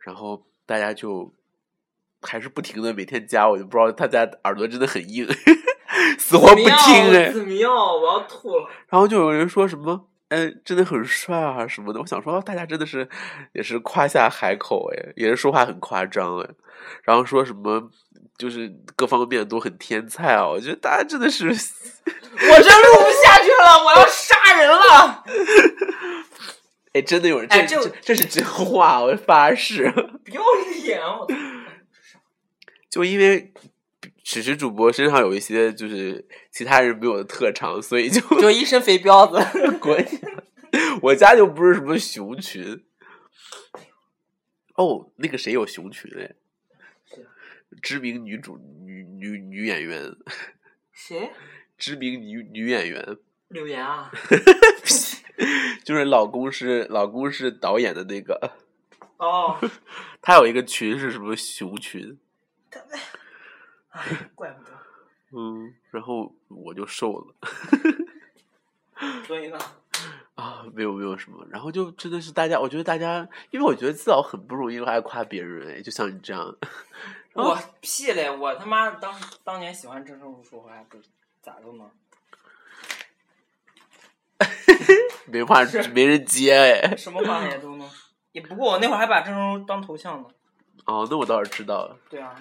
[SPEAKER 3] 然后大家就还是不停的每天加，我就不知道大家耳朵真的很硬， 死活不听哎。
[SPEAKER 2] 怎么样？哦我要吐了。
[SPEAKER 3] 然后就有人说什么，嗯、真的很帅啊什么的。我想说，大家真的是也是夸下海口哎，也是说话很夸张哎。然后说什么，就是各方面都很天才啊！我觉得大家真的是
[SPEAKER 2] 我这录不下去了，我要杀人了。
[SPEAKER 3] 哎，真的有人，这
[SPEAKER 2] 哎
[SPEAKER 3] 这
[SPEAKER 2] 这
[SPEAKER 3] 这是真话，我发誓。
[SPEAKER 2] 不要脸！啊我
[SPEAKER 3] 就因为此时主播身上有一些就是其他人没有的特长，所以就
[SPEAKER 2] 就一身肥膘子。
[SPEAKER 3] 滚。我家就不是什么熊群。哦，那个谁有熊群哎
[SPEAKER 2] 谁啊？
[SPEAKER 3] 知名女主女女女演员，
[SPEAKER 2] 谁
[SPEAKER 3] 知名女女演员，
[SPEAKER 2] 留言 啊？
[SPEAKER 3] 就是老公是老公是导演的那个，
[SPEAKER 2] 哦，
[SPEAKER 3] 他有一个群是什么熊群，
[SPEAKER 2] 哎怪不得。
[SPEAKER 3] 嗯，然后我就瘦了。
[SPEAKER 2] 所以呢？
[SPEAKER 3] 啊，没有没有什么，然后就真的是大家，我觉得大家，因为我觉得自导很不容易，爱夸别人，哎，就像你这样，
[SPEAKER 2] 我屁嘞！我他妈当当年喜欢郑成儒说话不咋的呢？
[SPEAKER 3] 没话
[SPEAKER 2] 是
[SPEAKER 3] 没人接，哎，
[SPEAKER 2] 什么话也都能。也不过我那会儿还把郑成儒当头像呢。
[SPEAKER 3] 哦，那我倒是知道了，
[SPEAKER 2] 对啊，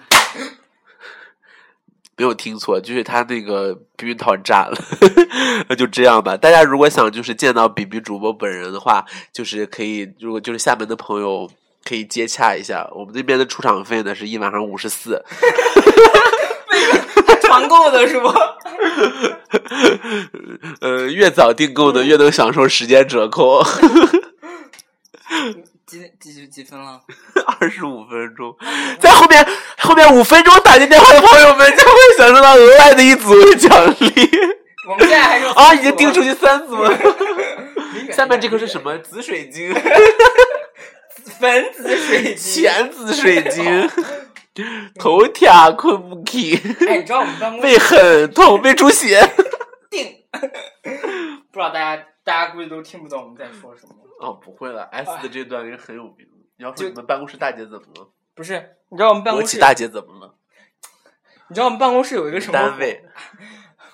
[SPEAKER 3] 没有听错，就是他那个避孕套炸了， 那就这样吧。大家如果想就是见到比比主播本人的话，就是可以，如果就是厦门的朋友可以接洽一下，我们这边的出场费呢是一晚上五十四，
[SPEAKER 2] 场
[SPEAKER 4] 团购的是不？
[SPEAKER 3] 呃，越早订购的越能享受时间折扣。
[SPEAKER 2] 几几几分了？
[SPEAKER 3] 二十五分钟，在后面后面五分钟打进电话的朋友们将会享受到额外的一组奖励。
[SPEAKER 2] 我们现在还是
[SPEAKER 3] 啊，已经订出去三组了。
[SPEAKER 2] 离远
[SPEAKER 3] 下面这个是什么？紫水晶，
[SPEAKER 2] 分子水晶。
[SPEAKER 3] 浅紫水晶，头条困不起，
[SPEAKER 2] 哎，你知道我们 办公室
[SPEAKER 3] 胃很痛，胃出血。
[SPEAKER 2] 定， 不知道大家大家估计都听不懂我们在说什么。
[SPEAKER 3] 哦，不会了，S 的这段应该很有名。你要
[SPEAKER 2] 就
[SPEAKER 3] 说你们办公室大姐怎么了？
[SPEAKER 2] 不是，你知道我们办
[SPEAKER 3] 国
[SPEAKER 2] 公
[SPEAKER 3] 企
[SPEAKER 2] 室，
[SPEAKER 3] 大姐怎么了？
[SPEAKER 2] 你知道我们办公室有一个什么
[SPEAKER 3] 单位？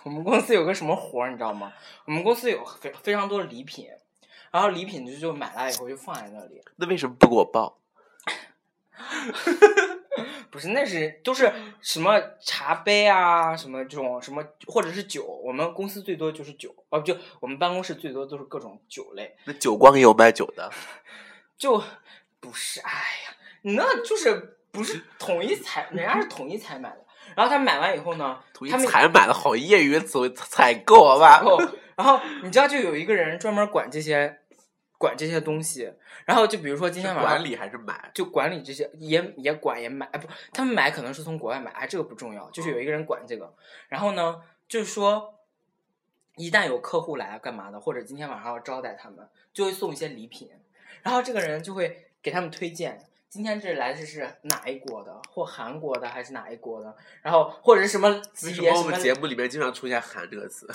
[SPEAKER 2] 我们公司有个什么活儿，你知道吗？我们公司有非非常多的礼品，然后礼品就就买了以后就放在那里，
[SPEAKER 3] 那为什么不给我报？
[SPEAKER 2] 不是，那是都是
[SPEAKER 3] 嗯
[SPEAKER 2] 什么茶杯啊，什么这种什么，或者是酒。我们公司最多就是酒，哦，就我们办公室最多都是各种酒类。
[SPEAKER 3] 那酒光也有卖酒的。
[SPEAKER 2] 就不是，哎呀，那就是不是统一采，人家是统一采买的。然后他买完以后呢，
[SPEAKER 3] 统一
[SPEAKER 2] 他们哦
[SPEAKER 3] 采买的好业余词汇采购，好吧
[SPEAKER 2] 然？ 后，然后你知道，就有一个人专门管这些，管这些东西。然后就比如说今
[SPEAKER 3] 是
[SPEAKER 2] 天晚上
[SPEAKER 3] 管理还是买？
[SPEAKER 2] 就管理这些，也也管也买，哎不，他们买可能是从国外买，哎这个不重要，就是有一个人管这个。然后呢，就是说，一旦有客户来干嘛的，或者今天晚上要招待他们，就会送一些礼品。然后这个人就会给他们推荐，今天这来的是哪一国的，或韩国的还是哪一国的，然后或者是什么级
[SPEAKER 3] 为什
[SPEAKER 2] 别
[SPEAKER 3] 么我
[SPEAKER 2] 什么
[SPEAKER 3] 们节目里面经常出现“韩”这个词？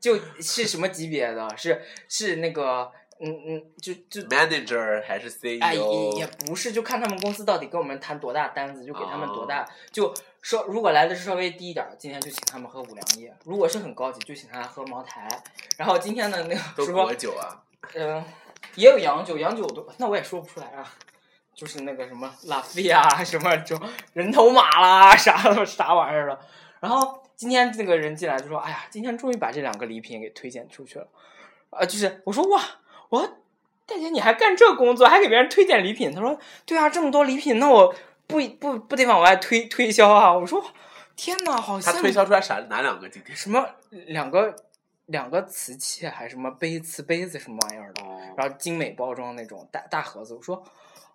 [SPEAKER 2] 就是什么级别的，是是那个嗯嗯，就就
[SPEAKER 3] manager 还是 E CEO？、
[SPEAKER 2] 哎，也也不是，就看他们公司到底跟我们谈多大单子，就给他们多
[SPEAKER 3] 哦
[SPEAKER 2] 大。就说如果来的是稍微低一点儿，今天就请他们喝五粮液；如果是很高级，就请他来喝茅台。然后今天的那个
[SPEAKER 3] 都
[SPEAKER 2] 什么
[SPEAKER 3] 国，酒啊？
[SPEAKER 2] 嗯、也有洋酒，洋酒都那我也说不出来啊。就是那个什么拉菲啊，什么就人头马啦，啥的啥玩意儿了。然后今天那个人进来就说：“哎呀，今天终于把这两个礼品给推荐出去了。”啊，就是我说哇，我说大姐你还干这工作，还给别人推荐礼品？他说：“对啊，这么多礼品，那我不不不得往外推推销啊？”我说：“天哪，好
[SPEAKER 3] 他
[SPEAKER 2] 像
[SPEAKER 3] 推销出来啥？哪两个今天？
[SPEAKER 2] 什么两个两个瓷器还是什么杯瓷杯子什么玩意儿的。”
[SPEAKER 3] 哦，
[SPEAKER 2] 然后精美包装那种大大盒子。我说，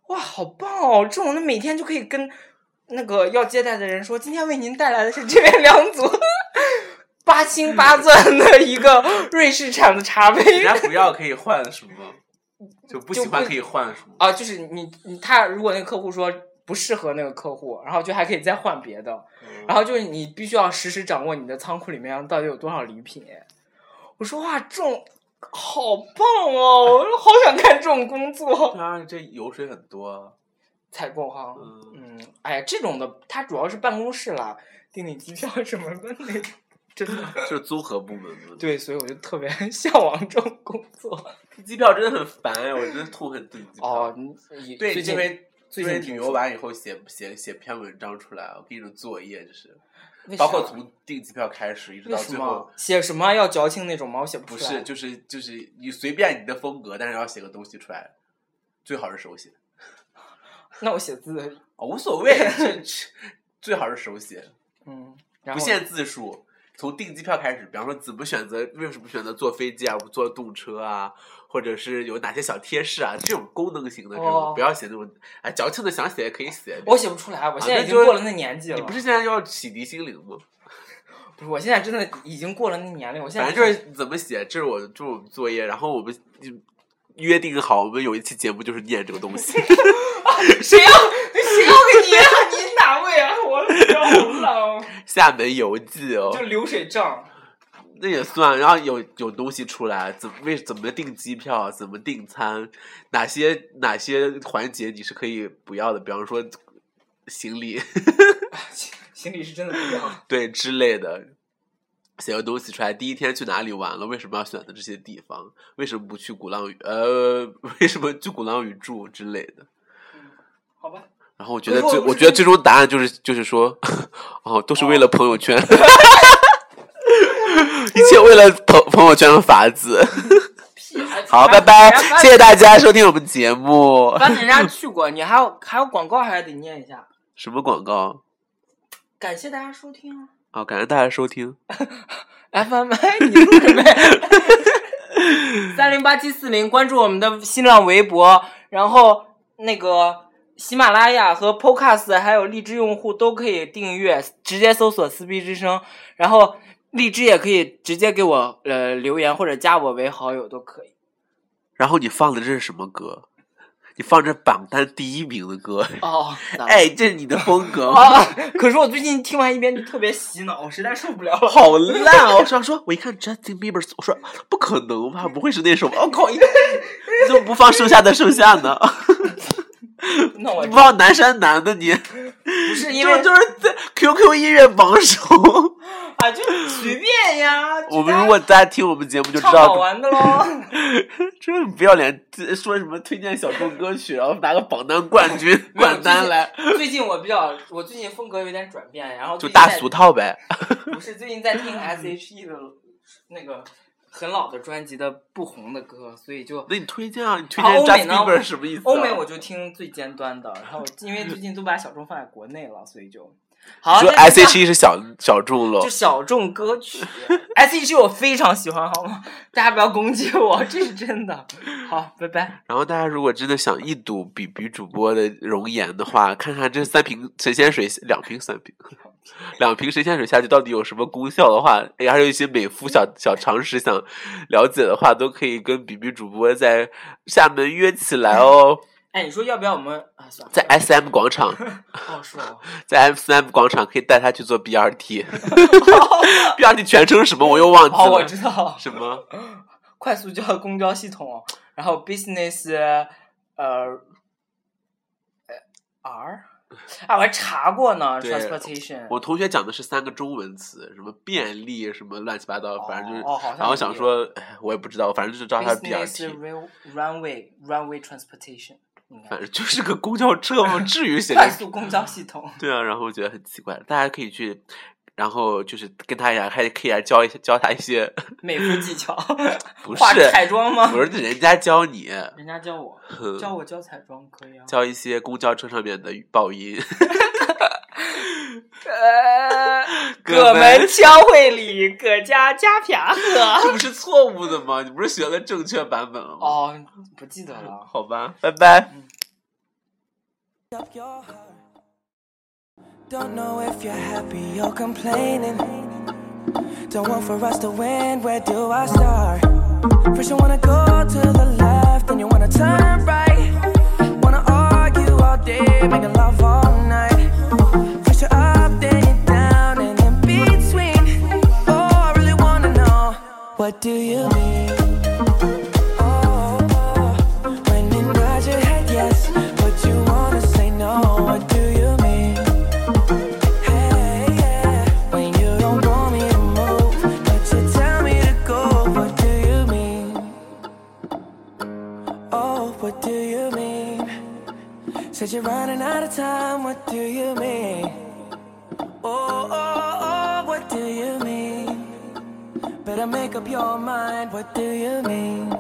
[SPEAKER 2] 哇，好棒哦！这种的每天就可以跟那个要接待的人说，今天为您带来的是这边两组八星八钻的一个瑞士产的茶杯
[SPEAKER 3] 人。家不要可以换 什么？就不喜欢
[SPEAKER 2] 就不
[SPEAKER 3] 可以换什么？
[SPEAKER 2] 啊，就是你你他如果那个客户说不适合那个客户，然后就还可以再换别的。
[SPEAKER 3] 嗯
[SPEAKER 2] 然后就是你必须要实时掌握你的仓库里面到底有多少礼品。我说哇，这种好棒哦！我好想干这种工作。
[SPEAKER 3] 对啊，这油水很多啊。
[SPEAKER 2] 采购哈，
[SPEAKER 3] 嗯
[SPEAKER 2] 嗯，哎呀，这种的，它主要是办公室啦，订订机票什么的那种，真的。
[SPEAKER 3] 就是综合部门嘛。，
[SPEAKER 2] 对，所以我就特别 向往这种工作。
[SPEAKER 3] 机票真的很烦哎，我真的痛恨订机票。
[SPEAKER 2] 哦，，你你
[SPEAKER 3] 对，
[SPEAKER 2] 最
[SPEAKER 3] 这
[SPEAKER 2] 近
[SPEAKER 3] 回
[SPEAKER 2] 最
[SPEAKER 3] 这回
[SPEAKER 2] 近
[SPEAKER 3] 旅
[SPEAKER 2] 听
[SPEAKER 3] 游
[SPEAKER 2] 说
[SPEAKER 3] 完以后写写写篇文章出来，我给你种作业，这是
[SPEAKER 2] 为
[SPEAKER 3] 包括
[SPEAKER 2] 啥
[SPEAKER 3] 从订机票开始一直
[SPEAKER 2] 为
[SPEAKER 3] 到
[SPEAKER 2] 什
[SPEAKER 3] 最后
[SPEAKER 2] 么。写什么要矫情那种吗？我写
[SPEAKER 3] 不
[SPEAKER 2] 不出
[SPEAKER 3] 是，
[SPEAKER 2] 来
[SPEAKER 3] 就是就是你随便你的风格，但是要写个东西出来，最好是手写
[SPEAKER 2] 那我写字，
[SPEAKER 3] 啊、无所 谓，这这最好是手写，
[SPEAKER 2] 嗯，然
[SPEAKER 3] 不
[SPEAKER 2] 后
[SPEAKER 3] 限字数。从订机票开始，比方说怎么选择，为什么选择坐飞机啊，不坐动车啊，或者是有哪些小贴士啊，这种功能型的这种，
[SPEAKER 2] 哦
[SPEAKER 3] 不要写那种哎矫情的，想写也可以写。
[SPEAKER 2] 我写不出来，我现在
[SPEAKER 3] 啊那
[SPEAKER 2] 已经
[SPEAKER 3] 就
[SPEAKER 2] 过了那年纪了。
[SPEAKER 3] 你不是现在要洗涤心灵吗？
[SPEAKER 2] 不是，我现在真的已经过了那年龄，我现
[SPEAKER 3] 反
[SPEAKER 2] 在
[SPEAKER 3] 正就是怎么写，这是我这是我们作业，然后我们就约定好，我们有一期节目就是念这个 东西。
[SPEAKER 2] 谁要谁 要给你啊？你哪位啊？我好 冷，
[SPEAKER 3] 厦门游记哦，
[SPEAKER 2] 就流水账。
[SPEAKER 3] 那也算，然后有有东西出来，怎为怎么订机票，怎么订餐，哪些哪些环节你是可以不要的，比方说行李
[SPEAKER 2] 心心里是真的不一样。
[SPEAKER 3] 对之类的，写个东西出来。第一天去哪里玩了？为什么要选择这些地方？为什么不去鼓浪屿？呃， 为什么去鼓浪屿住之类的？
[SPEAKER 2] 好吧，
[SPEAKER 3] 然后我觉
[SPEAKER 2] 可
[SPEAKER 3] 得
[SPEAKER 2] 是我
[SPEAKER 3] 最，
[SPEAKER 2] 不
[SPEAKER 3] 我
[SPEAKER 2] 是
[SPEAKER 3] 觉得最终答案就是就是说，哦，都是为了朋友圈， 一切为了朋朋友圈的法子。
[SPEAKER 2] 屁！还
[SPEAKER 3] 好，拜拜，谢谢大家收听我们节目。
[SPEAKER 2] 反正人 家去过，你还有还有广告还得念一下。
[SPEAKER 3] 什么广告？
[SPEAKER 2] 感谢大家收听啊！
[SPEAKER 3] 好，感谢大家收听。
[SPEAKER 2] FM，哎 你录什么呀？三零八七四零，关注我们的新浪微博，然后那个喜马拉雅和 Podcast，还有荔枝用户都可以订阅，直接搜索“撕逼之声”，然后荔枝也可以直接给我呃留言或者加我为好友都可以。
[SPEAKER 3] 然后你放的这是什么歌？你放这榜单第一名的歌，
[SPEAKER 2] 哦，咋了
[SPEAKER 3] 哎，这是你的风格吗？
[SPEAKER 2] 啊！可是我最近听完一遍就特别洗脑，我实在受不了了。
[SPEAKER 3] 好烂哦！我想说，我一看 Justin Bieber，我说不可能吧，不会是那首吧？我、靠，你你怎么不放盛夏的盛夏呢？
[SPEAKER 2] 那我
[SPEAKER 3] 你不放南山南的你，
[SPEAKER 2] 不是因
[SPEAKER 3] 就
[SPEAKER 2] 为
[SPEAKER 3] 是就是在 QQ 音乐榜首。
[SPEAKER 2] 啊，就随便 呀。
[SPEAKER 3] 我们如果大家听我们节目就知
[SPEAKER 2] 唱好
[SPEAKER 3] 道，
[SPEAKER 2] 玩的喽。
[SPEAKER 3] 这很不要脸，说什么推荐小众歌曲，然后拿个榜单冠军
[SPEAKER 2] 没有
[SPEAKER 3] 冠单来，
[SPEAKER 2] 最近我比较，我最近风格有点转变，然后
[SPEAKER 3] 就
[SPEAKER 2] 最近
[SPEAKER 3] 大
[SPEAKER 2] 在
[SPEAKER 3] 俗套呗。
[SPEAKER 2] 不是最近在听 S.H.E 的那个很老的专辑的不红的歌，所以就
[SPEAKER 3] 那你推荐啊？你推
[SPEAKER 2] 啊
[SPEAKER 3] 荐
[SPEAKER 2] 欧美
[SPEAKER 3] Justin
[SPEAKER 2] 呢
[SPEAKER 3] Bieber 是什么意思、啊？
[SPEAKER 2] 欧美我就听最尖端的，然后因为最近都把小众放在国内了，所以就好
[SPEAKER 3] 你说 E
[SPEAKER 2] 那
[SPEAKER 3] S.H.E 是小小众喽
[SPEAKER 2] 就？小众歌曲 S.H.E 我非常喜欢，好吗？大家不要攻击我，这是真的。好，拜拜。
[SPEAKER 3] 然后大家如果真的想一睹比比主播的容颜的话，看看这三瓶神仙水，两瓶三瓶， 两瓶神仙水下去到底有什么功效的话，哎，还有一些美肤小小常识想了解的话，都可以跟比比主播在厦门约起来哦，
[SPEAKER 2] 哎，你说要不要我们啊？算了，
[SPEAKER 3] 在 S.M 广场，
[SPEAKER 2] 哦，是 我。
[SPEAKER 3] 在 S.M 广场可以带他去 做 B.R.T，B.R.T 全称什么我又忘记
[SPEAKER 2] 好，哦我
[SPEAKER 3] 了，
[SPEAKER 2] 知道。
[SPEAKER 3] 什么
[SPEAKER 2] 快速交公交系统， 然后 business，呃，呃 R，啊，我还查过呢
[SPEAKER 3] 对
[SPEAKER 2] ，transportation。
[SPEAKER 3] 我同学讲的是三个中文词，什么便利，什么乱七八糟，反正就是，
[SPEAKER 2] 哦，好像
[SPEAKER 3] 然后想
[SPEAKER 2] 有
[SPEAKER 3] 说，哎我也不知道，反正就是照他 B R T，
[SPEAKER 2] business rail runway runway transportation，应该
[SPEAKER 3] 反正就是个公交车 嘛，至于写
[SPEAKER 2] 快
[SPEAKER 3] 成
[SPEAKER 2] 速公交系统。
[SPEAKER 3] 对啊，然后我觉得很奇怪，大家可以去，然后就是跟他一样，还可以来教一些教他一些，
[SPEAKER 2] 美肤技 巧，
[SPEAKER 3] 不
[SPEAKER 2] 化
[SPEAKER 3] 是
[SPEAKER 2] 彩妆吗？
[SPEAKER 3] 我说人家教你，
[SPEAKER 2] 人家教我，
[SPEAKER 3] 哼
[SPEAKER 2] 教我教彩妆可以啊。
[SPEAKER 3] 教一些公交车上面的爆音，
[SPEAKER 2] 呃，
[SPEAKER 3] 哥
[SPEAKER 2] 我
[SPEAKER 3] 们
[SPEAKER 2] 们教会里各家家撇 呵。
[SPEAKER 3] 这不是错误的吗？你不是学了正确版本了吗？
[SPEAKER 2] 哦，不记得了。
[SPEAKER 3] 好吧，拜拜。
[SPEAKER 1] up your heart. Don't know if you're happy or complaining. Don't want for us to win. Where do I start? First you wanna go to the left, then you wanna turn right. Wanna argue all day, making love all night. First you're up, then you're down, and in between. Oh, I really wanna know what do you mean? Oh, oh, when you nod your head yes, but you wanna say no. What do you mean? Hey, yeah. When you don't want me to move, but you tell me to go. What do you mean? Oh, what do you mean? Said you're running out of time. What do you mean? Oh, oh, oh, what do you mean? Better make up your mind. What do you mean?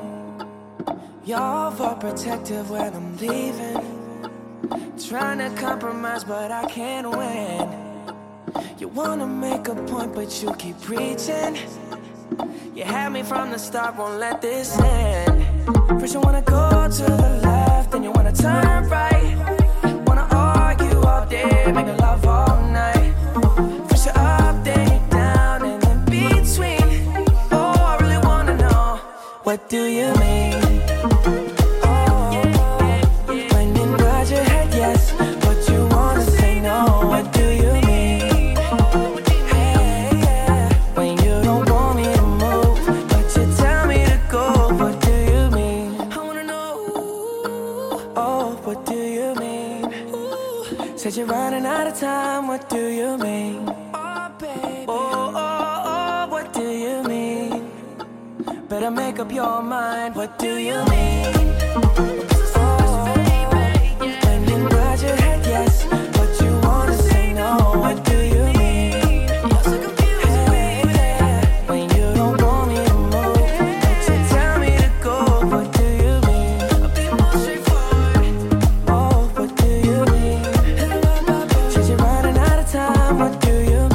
[SPEAKER 1] Y'all for protective when I'm leaving. Trying to compromise, but I can't win. You wanna make a point, but you keep preaching. You had me from the start, won't let this end. First, you wanna go to the left, then you wanna turn right. Wanna argue all day, make love all night. First, you're up, then you're down, and in between. Oh, I really wanna know what do you mean? When you nod your head yes, but you wanna say no. What do you mean? Hey, yeah. When you don't want me to move, but you tell me to go. What do you mean? I wanna know. Oh, what do you mean? Said you're running out of time. What do you mean? Oh, baby. Oh, oh, oh, what do you mean? Better make up your mind. What do you mean? When you nod your head yes, but you wanna say no. What do you mean? Hey, When you don't want me to move, but you tell me to go. What do you mean? Oh, what do you mean? Said you're running out of time. What do you